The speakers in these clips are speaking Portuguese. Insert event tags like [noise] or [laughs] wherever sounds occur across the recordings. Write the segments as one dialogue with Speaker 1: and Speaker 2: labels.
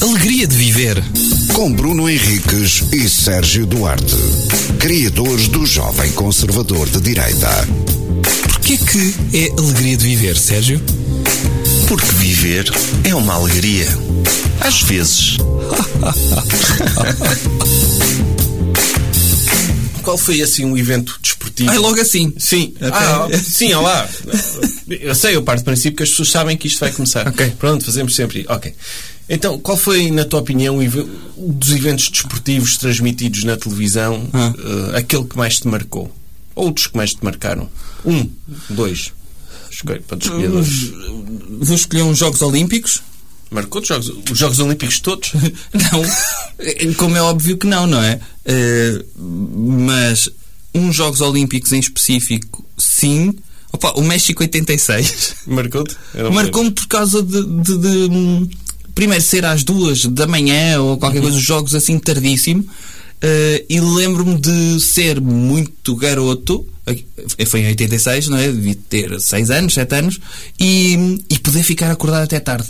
Speaker 1: Alegria de viver.
Speaker 2: Com Bruno Henriques e Sérgio Duarte, criadores do Jovem Conservador de Direita.
Speaker 1: Porquê que é alegria de viver, Sérgio?
Speaker 3: Porque viver é uma alegria. Às vezes.
Speaker 4: Qual foi assim um evento desportivo?
Speaker 1: Ai, logo assim.
Speaker 4: Sim,
Speaker 1: Ok.
Speaker 4: ah, sim, olá. Eu sei, eu parto do princípio que as pessoas sabem que isto vai começar.
Speaker 1: Ok.
Speaker 4: Pronto, fazemos sempre. Ok. Então, qual foi, na tua opinião, o eve- um dos eventos desportivos transmitidos na televisão,
Speaker 1: Ah.
Speaker 4: eh, aquele que mais te marcou? Ou dos que mais te marcaram? Um, dois. Escolhe, podes escolher dois.
Speaker 1: Hum, Vou escolher uns Jogos Olímpicos?
Speaker 4: Marcou os Jogos, os jogos um Olímpicos todos?
Speaker 1: [laughs] Não. Como é óbvio que não, não é? Eh, mas uns Jogos Olímpicos em específico, sim. Opa, o México 86.
Speaker 4: Marcou-te? Eu não me
Speaker 1: Marcou-me por causa de, de- de, hum, primeiro ser às duas da manhã ou qualquer
Speaker 4: Uhum.
Speaker 1: coisa, os jogos assim tardíssimo. Eh, e lembro-me de ser muito garoto, eh, foi em 86, não é? Devia ter 6 anos, 7 anos, e, e poder ficar acordado até tarde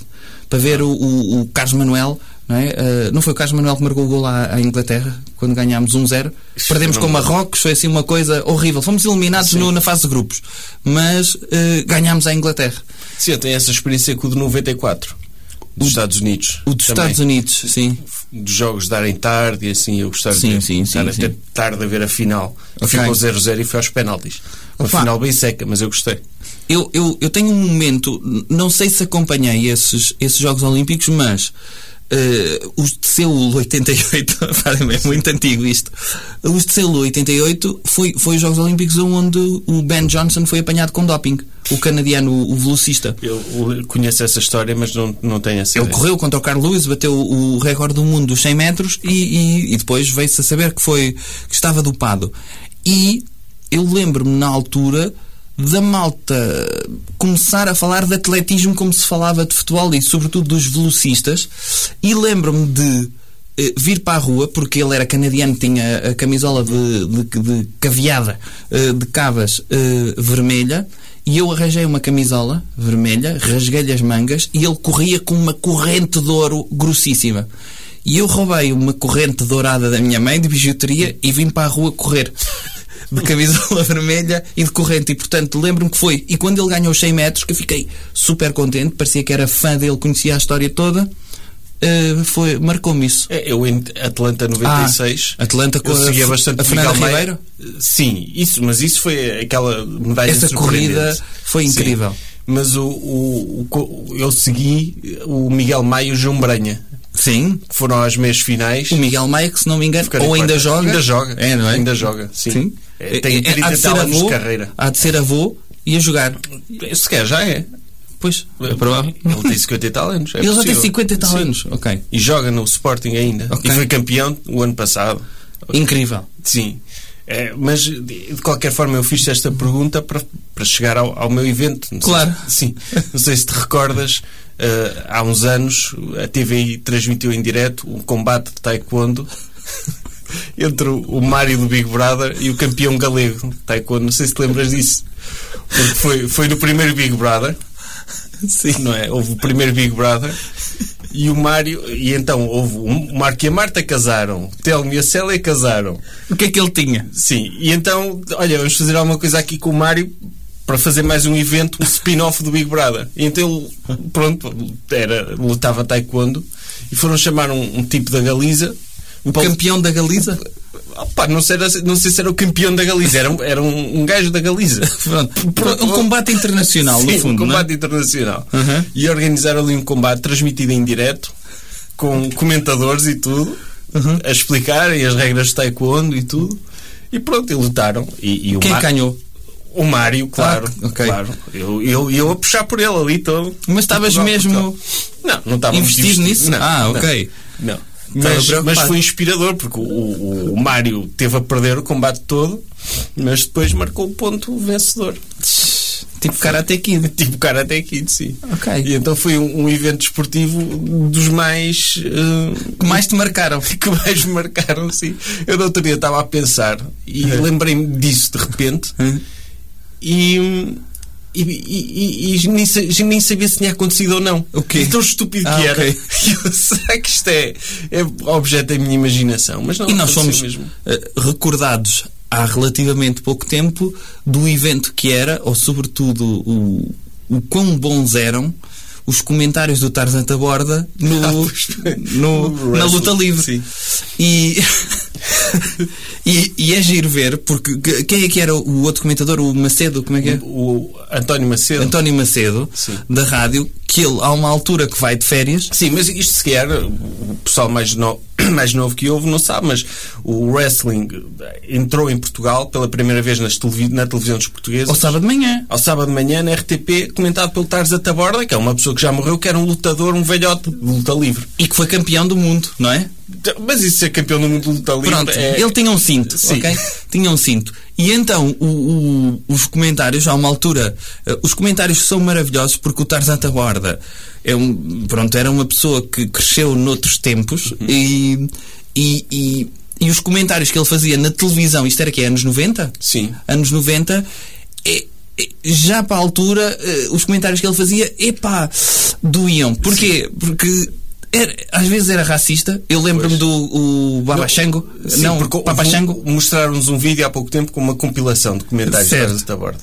Speaker 1: para ver
Speaker 4: Ah.
Speaker 1: o, o- o Carlos Manuel. Não, é? Eh, não foi o Carlos Manuel que marcou o gol à, à Inglaterra quando ganhámos 1-0? Perdemos com o Marrocos, foi assim uma coisa horrível. Fomos eliminados no- na fase de grupos, mas eh, ganhámos à Inglaterra.
Speaker 4: lembro. Sim, eu tenho essa experiência com o de 94. Dos Estados Unidos.
Speaker 1: O dos
Speaker 4: Também.
Speaker 1: Estados Unidos, sim.
Speaker 4: dos jogos darem tarde e assim eu gostava
Speaker 1: Sim,
Speaker 4: de
Speaker 1: sim,
Speaker 4: estar
Speaker 1: sim,
Speaker 4: até
Speaker 1: sim.
Speaker 4: tarde a ver a final.
Speaker 1: Ok.
Speaker 4: Ficou 0-0 e foi aos penaltis. Uma
Speaker 1: Opa.
Speaker 4: final bem seca, mas eu gostei.
Speaker 1: Eu, eu, eu tenho um momento, n- não sei se acompanhei esses, esses Jogos Olímpicos, mas eh, os de Seul [laughs] 88, fazem bem, é muito antigo isto. Os de Seul 88 foi, foi os Jogos Olímpicos onde o Ben Johnson foi apanhado com doping, o canadiano, o, o velocista.
Speaker 4: Eu eu conheço essa história, mas não, não tenho essa
Speaker 1: Ele
Speaker 4: ideia.
Speaker 1: correu contra o Carlos Lewis, bateu o recorde do mundo dos 100 metros e, e- e depois veio-se a saber que, foi, que estava dopado. E eu lembro-me na altura da malta começar a falar de atletismo como se falava de futebol e sobretudo dos velocistas e lembro-me de eh, vir para a rua porque ele era canadiano tinha a camisola de, de- de caveada eh, de cavas eh, vermelha e eu arranjei uma camisola vermelha, rasguei-lhe as mangas e ele corria com uma corrente de ouro grossíssima. E eu roubei uma corrente dourada da minha mãe de bijuteria e vim para a rua correr. De camisola [laughs] vermelha e de corrente. E portanto lembro-me que foi. E quando ele ganhou os 100 metros, que eu fiquei super contente, parecia que era fã dele, conhecia a história toda, eh, foi, marcou-me isso.
Speaker 4: É, Eu em Atlanta 96.
Speaker 1: Ah, Atlanta com
Speaker 4: eu
Speaker 1: a-
Speaker 4: seguia bastante
Speaker 1: a Fernanda
Speaker 4: Miguel
Speaker 1: Ribeiro?
Speaker 4: Maia. Sim, isso, mas isso foi aquela medalha
Speaker 1: Essa
Speaker 4: surpreendente.
Speaker 1: corrida foi
Speaker 4: Sim.
Speaker 1: incrível.
Speaker 4: Mas o, o- o co- eu segui o Miguel Maia e o João Branha,
Speaker 1: Sim.
Speaker 4: que foram às meias finais.
Speaker 1: Hum? O Miguel Maia, que se não me engano,
Speaker 4: Ficar em
Speaker 1: ou ainda
Speaker 4: quarto.
Speaker 1: joga.
Speaker 4: Ainda joga.
Speaker 1: É, não é?
Speaker 4: Ainda joga, sim. É, tem 30
Speaker 1: há de ser
Speaker 4: tal anos de
Speaker 1: avô-
Speaker 4: carreira.
Speaker 1: Há de ser avô e a jogar.
Speaker 4: Se quer, já é.
Speaker 1: Pois, é provável.
Speaker 4: Ele tem 50 e tal anos. é
Speaker 1: Ele já tem
Speaker 4: possível.
Speaker 1: 50 e tal
Speaker 4: Sim.
Speaker 1: anos. Ok.
Speaker 4: E joga no Sporting ainda.
Speaker 1: Ok.
Speaker 4: E foi campeão o ano passado.
Speaker 1: Incrível.
Speaker 4: Sim. É, mas, de de qualquer forma, eu fiz esta pergunta para, para chegar ao, ao meu evento. Não sei
Speaker 1: Claro.
Speaker 4: se- sim. Não sei se te recordas, eh, há uns anos, a TVI transmitiu em direto um combate de taekwondo [laughs] entre o, o Mário do Big Brother e o campeão galego de taekwondo. Não sei se te lembras disso. Porque foi, foi no primeiro Big Brother. Sim. Não é? Houve o primeiro Big Brother e o Mário. E então houve o Marco e a Marta casaram, o Telmo e a Célia casaram.
Speaker 1: O que é que ele tinha?
Speaker 4: Sim, e então, olha, vamos fazer alguma coisa aqui com o Mário para fazer mais um evento, um spin-off do Big Brother. E então ele, pronto, era, lutava taekwondo e foram chamar um, um tipo da Galiza. um
Speaker 1: O campeão da Galiza?
Speaker 4: Opa, não, sei, não sei se era o campeão da Galiza, era, um- era um, um gajo da Galiza.
Speaker 1: Pronto. Um combate internacional,
Speaker 4: Sim,
Speaker 1: no fundo.
Speaker 4: um
Speaker 1: não é?
Speaker 4: combate internacional.
Speaker 1: Uhum.
Speaker 4: E organizaram ali um combate transmitido em direto, com comentadores e tudo, a explicarem as regras de taekwondo e tudo. E pronto, e lutaram. E, e o
Speaker 1: Quem
Speaker 4: Mar-
Speaker 1: ganhou?
Speaker 4: O Mário, claro.
Speaker 1: Ah, ok.
Speaker 4: claro. Eu, eu, eu a puxar por ele ali todo.
Speaker 1: Mas estavas
Speaker 4: Portugal,
Speaker 1: mesmo
Speaker 4: Não, não estava
Speaker 1: investido
Speaker 4: muito
Speaker 1: nisso?
Speaker 4: Não,
Speaker 1: Ah,
Speaker 4: não,
Speaker 1: ok.
Speaker 4: Não.
Speaker 1: Estava
Speaker 4: Mas,
Speaker 1: preocupado.
Speaker 4: mas foi inspirador, porque o, o, o Mário teve a perder o combate todo, mas depois marcou o ponto vencedor.
Speaker 1: Tipo Karate Kid.
Speaker 4: [laughs] Tipo cara até aqui, sim.
Speaker 1: Ok.
Speaker 4: E então foi um, um evento desportivo dos mais. eh,
Speaker 1: Que mais te marcaram?
Speaker 4: que mais me marcaram, sim. Eu no outro dia estava
Speaker 1: Uhum.
Speaker 4: a pensar e lembrei-me disso de repente. E, E, e- e- e nem, sa- nem sabia se tinha acontecido ou não.
Speaker 1: O quê?
Speaker 4: E tão estúpido
Speaker 1: Ah,
Speaker 4: que era.
Speaker 1: ok.
Speaker 4: E [laughs] eu, será que isto é, é objeto da minha imaginação? Mas não,
Speaker 1: E nós
Speaker 4: aconteceu
Speaker 1: somos
Speaker 4: assim mesmo.
Speaker 1: eh, recordados há relativamente pouco tempo do evento que era, ou sobretudo o, o quão bons eram os comentários do Tarzan da Borda
Speaker 4: [laughs]
Speaker 1: no, no-
Speaker 4: Ah, No
Speaker 1: na
Speaker 4: wrestling,
Speaker 1: luta livre.
Speaker 4: sim.
Speaker 1: E, [laughs] e, e é giro ver, porque que- quem é que era o outro comentador? O Macedo, como é que é?
Speaker 4: O António Macedo.
Speaker 1: António Macedo,
Speaker 4: Sim.
Speaker 1: da rádio, que ele, há uma altura que vai de férias,
Speaker 4: Sim, mas isto se calhar o pessoal mais, no- [clears throat] mais novo que houve não sabe, mas o wrestling entrou em Portugal pela primeira vez nas televi- na televisão dos portugueses.
Speaker 1: ao sábado de manhã.
Speaker 4: ao sábado de manhã na RTP, comentado pelo Tarzan Taborda, que é uma pessoa que já morreu, que era um lutador, um velhote de luta livre.
Speaker 1: E que foi campeão do mundo, não é?
Speaker 4: Mas isso ser campeão do mundo de luta livre
Speaker 1: Pronto,
Speaker 4: é...
Speaker 1: ele tinha um cinto,
Speaker 4: Sim.
Speaker 1: ok? Tinha um cinto. E então, o- o- os comentários, a uma altura, eh, os comentários são maravilhosos porque o Tarzan Taborda é um, pronto, era uma pessoa que cresceu noutros tempos e, e, e, e os comentários que ele fazia na televisão, isto era que é, anos 90?
Speaker 4: Sim.
Speaker 1: anos 90, é- é- já para a altura, eh, os comentários que ele fazia, epá, doíam. Porquê? Porque era- às vezes era racista. Eu lembro-me do o Baba Xango.
Speaker 4: Sim,
Speaker 1: não,
Speaker 4: porque
Speaker 1: Papa
Speaker 4: houve- um-
Speaker 1: Xango.
Speaker 4: Mostraram-nos um vídeo há pouco tempo com uma compilação de comentários do
Speaker 1: Certo.
Speaker 4: Tarzan Taborda.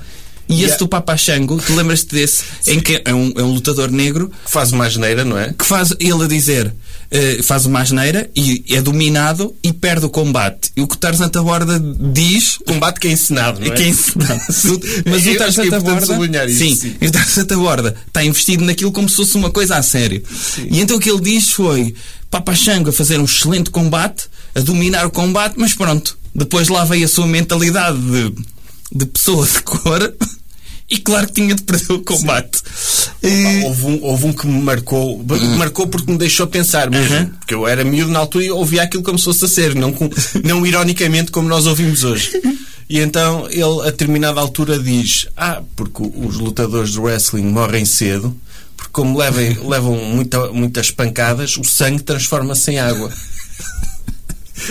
Speaker 1: E esse
Speaker 4: Yeah.
Speaker 1: do Papa Xango, tu lembras-te desse? Em que é um, é um lutador negro
Speaker 4: Que faz uma asneira, não é?
Speaker 1: que faz ele a dizer, eh, faz uma asneira e é dominado e perde o combate. E o que o Tarzan Taborda diz um
Speaker 4: Combate que é encenado, não é?
Speaker 1: Quem se
Speaker 4: [laughs]
Speaker 1: dá. Mas
Speaker 4: Eu
Speaker 1: o
Speaker 4: acho que é
Speaker 1: Tarzan da
Speaker 4: importante
Speaker 1: Borda.
Speaker 4: sublinhar isso,
Speaker 1: Sim,
Speaker 4: sim.
Speaker 1: o Tarzan da Borda está investido naquilo como se fosse uma coisa a sério. E então o que ele diz foi: Papa Xango a fazer um excelente combate, a dominar o combate, mas pronto. Depois lá veio a sua mentalidade de, de pessoa de cor. [laughs] E claro que tinha de perder o combate. Hum.
Speaker 4: Pá,
Speaker 1: Eh,
Speaker 4: Houve um, houve um que me marcou, b- marcou porque me deixou pensar mesmo. Porque eu era miúdo na altura e ouvia aquilo como se fosse a sério, não, com- não ironicamente como nós ouvimos hoje. E então ele, a determinada altura, diz: Ah, porque o- os lutadores de wrestling morrem cedo, porque
Speaker 1: [laughs]
Speaker 4: como levem, levam muita- muitas pancadas, o sangue transforma-se em água. [laughs]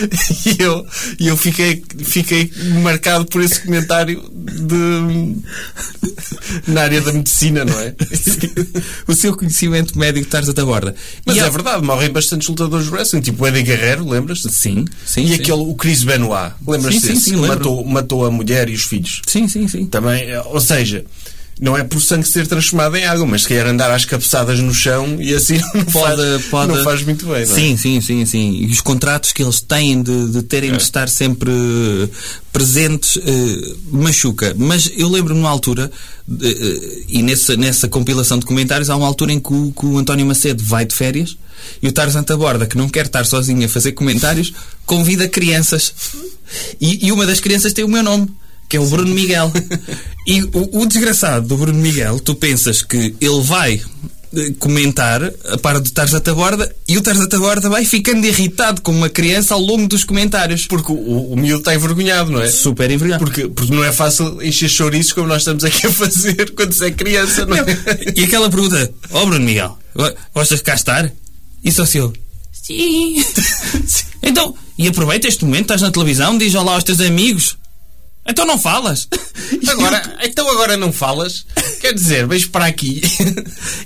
Speaker 4: E eu, e eu fiquei, fiquei marcado por esse comentário de, na área da medicina, não é?
Speaker 1: [laughs] o seu conhecimento médico Tarzan da Borda.
Speaker 4: Mas
Speaker 1: E há-
Speaker 4: é verdade, morrem bastantes lutadores de wrestling, tipo o Eddie Guerrero, lembras-te?
Speaker 1: Sim, sim.
Speaker 4: E
Speaker 1: sim.
Speaker 4: aquele, o Chris Benoit, lembras-te
Speaker 1: Sim, sim,
Speaker 4: desse?
Speaker 1: sim,
Speaker 4: Que
Speaker 1: lembro.
Speaker 4: matou, matou a mulher e os filhos.
Speaker 1: Sim, sim, sim.
Speaker 4: Também, eh, ou seja, não é por sangue ser transformado em água, mas se calhar andar às cabeçadas no chão e assim [laughs] não,
Speaker 1: pode,
Speaker 4: faz,
Speaker 1: pode...
Speaker 4: não faz muito bem, não é?
Speaker 1: Sim, sim, sim, sim. E os contratos que eles têm de, de terem
Speaker 4: É.
Speaker 1: de estar sempre eh, presentes eh, machuca. Mas eu lembro-me numa altura, de, eh, e nessa, nessa compilação de comentários, há uma altura em que o, que o António Macedo vai de férias e o Tarzan Taborda, que não quer estar sozinho a fazer comentários, convida crianças. E, e uma das crianças tem o meu nome que é o Bruno [laughs] Miguel. e o, o desgraçado do Bruno Miguel, tu pensas que ele vai eh, comentar a par do Tarzan Taborda e o Tarzan Taborda vai ficando irritado como uma criança ao longo dos comentários.
Speaker 4: Porque o, o miúdo está envergonhado, não é?
Speaker 1: Super envergonhado.
Speaker 4: Porque, porque não é fácil encher chouriços como nós estamos aqui a fazer [laughs] quando se é criança, não é?
Speaker 1: [laughs] E aquela pergunta, ó Bruno Miguel, go- gostas de cá estar? E só se eu, sim. [laughs] então, e aproveita este momento, estás na televisão, diz olá aos teus amigos. Então não falas.
Speaker 4: Agora, então agora não
Speaker 1: [laughs]
Speaker 4: falas? Quer dizer, vejo para aqui.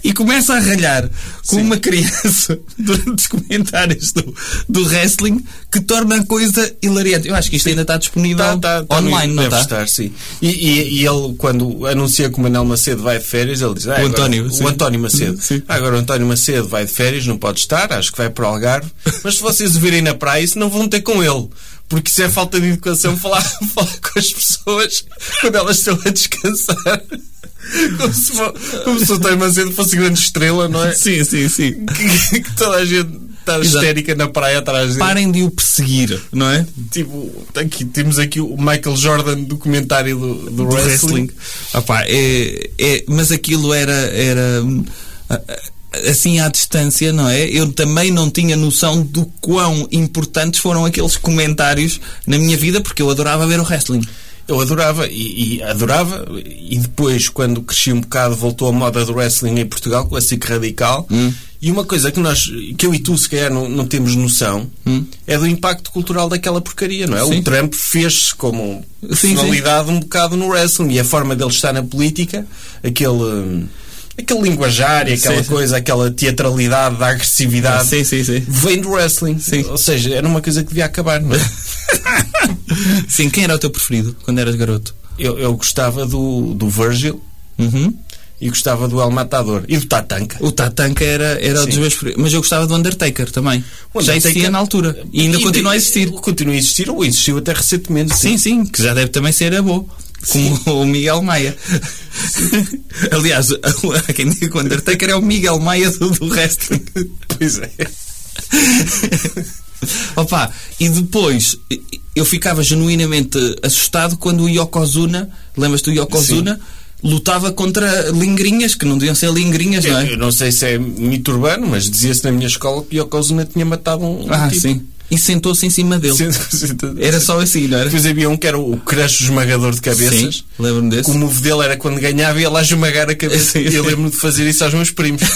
Speaker 1: e começa a ralhar com uma criança [laughs] durante os comentários do, do wrestling que torna a coisa hilariante. Eu acho que isto ainda está disponível
Speaker 4: Tá, tá, tá
Speaker 1: online, não
Speaker 4: no- deve
Speaker 1: está?
Speaker 4: estar, sim. E, e- e ele, quando anuncia que o Manel Macedo vai de férias, ele diz... "Ah, agora-
Speaker 1: António, sim.
Speaker 4: O António Macedo.
Speaker 1: Sim.
Speaker 4: "Ah, agora o António Macedo vai de férias, não pode estar, acho que vai para o
Speaker 1: [laughs]
Speaker 4: Algarve. Mas se vocês o virem na praia, isso não vão ter com ele. Porque isso é falta de educação, [laughs] falar, falar com as pessoas quando elas estão a descansar. [laughs] Como se, fo- como se o António Macedo fosse grande estrela, não é?
Speaker 1: Sim, sim, sim.
Speaker 4: [laughs] Que, que toda a gente está histérica na praia atrás dele.
Speaker 1: Parem de o perseguir, não é?
Speaker 4: Tipo, aqui, temos aqui o Michael Jordan documentário do, do,
Speaker 1: Do
Speaker 4: wrestling.
Speaker 1: wrestling. Opá, é, é- mas aquilo era, era hum, a- a- assim à distância, não é? Eu também não tinha noção do quão importantes foram aqueles comentários na minha vida, porque eu adorava ver o wrestling.
Speaker 4: Eu adorava e, e adorava.
Speaker 1: Hum.
Speaker 4: E depois, quando cresci um bocado, voltou a moda do wrestling em Portugal com a SIC Radical. E uma coisa que nós, que eu e tu se calhar não, não temos noção, é do impacto cultural daquela porcaria, não é?
Speaker 1: Hum. Sim.
Speaker 4: O Trump fez-se como
Speaker 1: sim.
Speaker 4: personalidade um bocado no wrestling e a forma dele estar na política, aquele. Aquele linguajar e aquela
Speaker 1: Sim, sim.
Speaker 4: coisa, aquela teatralidade da agressividade
Speaker 1: Sim, sim, sim.
Speaker 4: vem do wrestling. Ou seja, era uma coisa que devia acabar, não é?
Speaker 1: [laughs] Sim, quem era o teu preferido quando eras garoto?
Speaker 4: [laughs] Eu, eu gostava do, do Virgil
Speaker 1: Uhum.
Speaker 4: e gostava do El Matador e do Tatanka.
Speaker 1: O Tatanka era, era um dos meus preferidos. Mas eu gostava do Undertaker também.
Speaker 4: O
Speaker 1: já existia
Speaker 4: Undertaker-
Speaker 1: na altura. E ainda continua a existir.
Speaker 4: Continua a existir ou existiu até recentemente.
Speaker 1: Sim, sim, que já deve também ser avô. Como o Miguel
Speaker 4: [laughs]
Speaker 1: Maia. Aliás, [laughs] há quem diga que o Undertaker é o Miguel Maia do, do wrestling.
Speaker 4: Pois é.
Speaker 1: [laughs] Opa, e depois eu ficava genuinamente assustado quando o Yokozuna, lembras-te do Yokozuna? Lutava contra lingrinhas, que não deviam ser lingrinhas, não
Speaker 4: Eu,
Speaker 1: é?
Speaker 4: eu não sei se é mito urbano, mas dizia-se na minha escola que Yokozuna tinha matado um, um
Speaker 1: Ah,
Speaker 4: tipo.
Speaker 1: sim. E sentou-se em cima dele. Era só assim, não era?
Speaker 4: Depois havia um que era o crush esmagador de cabeças.
Speaker 1: Sim, lembro-me desse.
Speaker 4: que O move dele era quando ganhava ia lá esmagar a cabeça.
Speaker 1: Sim,
Speaker 4: E eu
Speaker 1: sim.
Speaker 4: lembro-me de fazer isso aos meus primos. [laughs]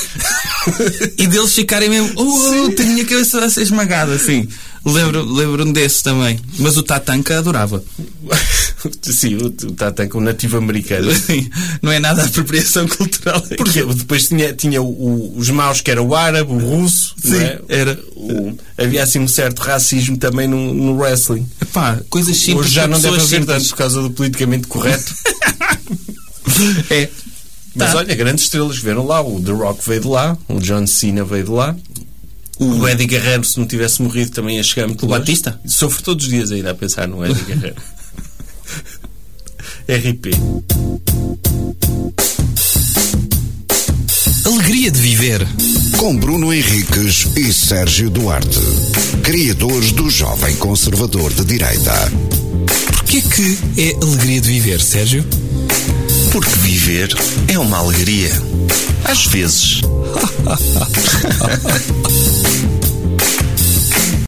Speaker 1: E deles ficarem mesmo, oh, tenho a minha cabeça a ser esmagada, assim. Lembro- Lembro-me desse também. Mas o Tatanka adorava.
Speaker 4: sim, o o Tatanka, um nativo americano.
Speaker 1: Assim, Não é nada a apropriação [laughs] cultural.
Speaker 4: Porque depois tinha, tinha o- o- os maus que era o árabe, o russo, não
Speaker 1: Sim,
Speaker 4: é?
Speaker 1: era.
Speaker 4: O- havia assim um certo racismo também no, no wrestling.
Speaker 1: Epá, coisas simples.
Speaker 4: Hoje já
Speaker 1: para
Speaker 4: não deve
Speaker 1: Tipo pessoas
Speaker 4: haver tanto
Speaker 1: simples.
Speaker 4: por causa do politicamente correto.
Speaker 1: É.
Speaker 4: Mas
Speaker 1: [laughs] Tá.
Speaker 4: olha, grandes estrelas vieram lá. O The Rock veio de lá, o John Cena veio de lá. O Eddie Guerrero, se não tivesse morrido, também ia chegar muito
Speaker 1: O
Speaker 4: longe.
Speaker 1: Batista?
Speaker 4: Sofro todos os dias ainda a pensar
Speaker 1: [laughs]
Speaker 4: no Eddie Guerrero. RP.
Speaker 5: Alegria de viver.
Speaker 2: Com Bruno Henriques e Sérgio Duarte, criadores do Jovem Conservador de Direita.
Speaker 5: Porquê que é alegria de viver, Sérgio?
Speaker 3: Porque viver é uma alegria. Às vezes.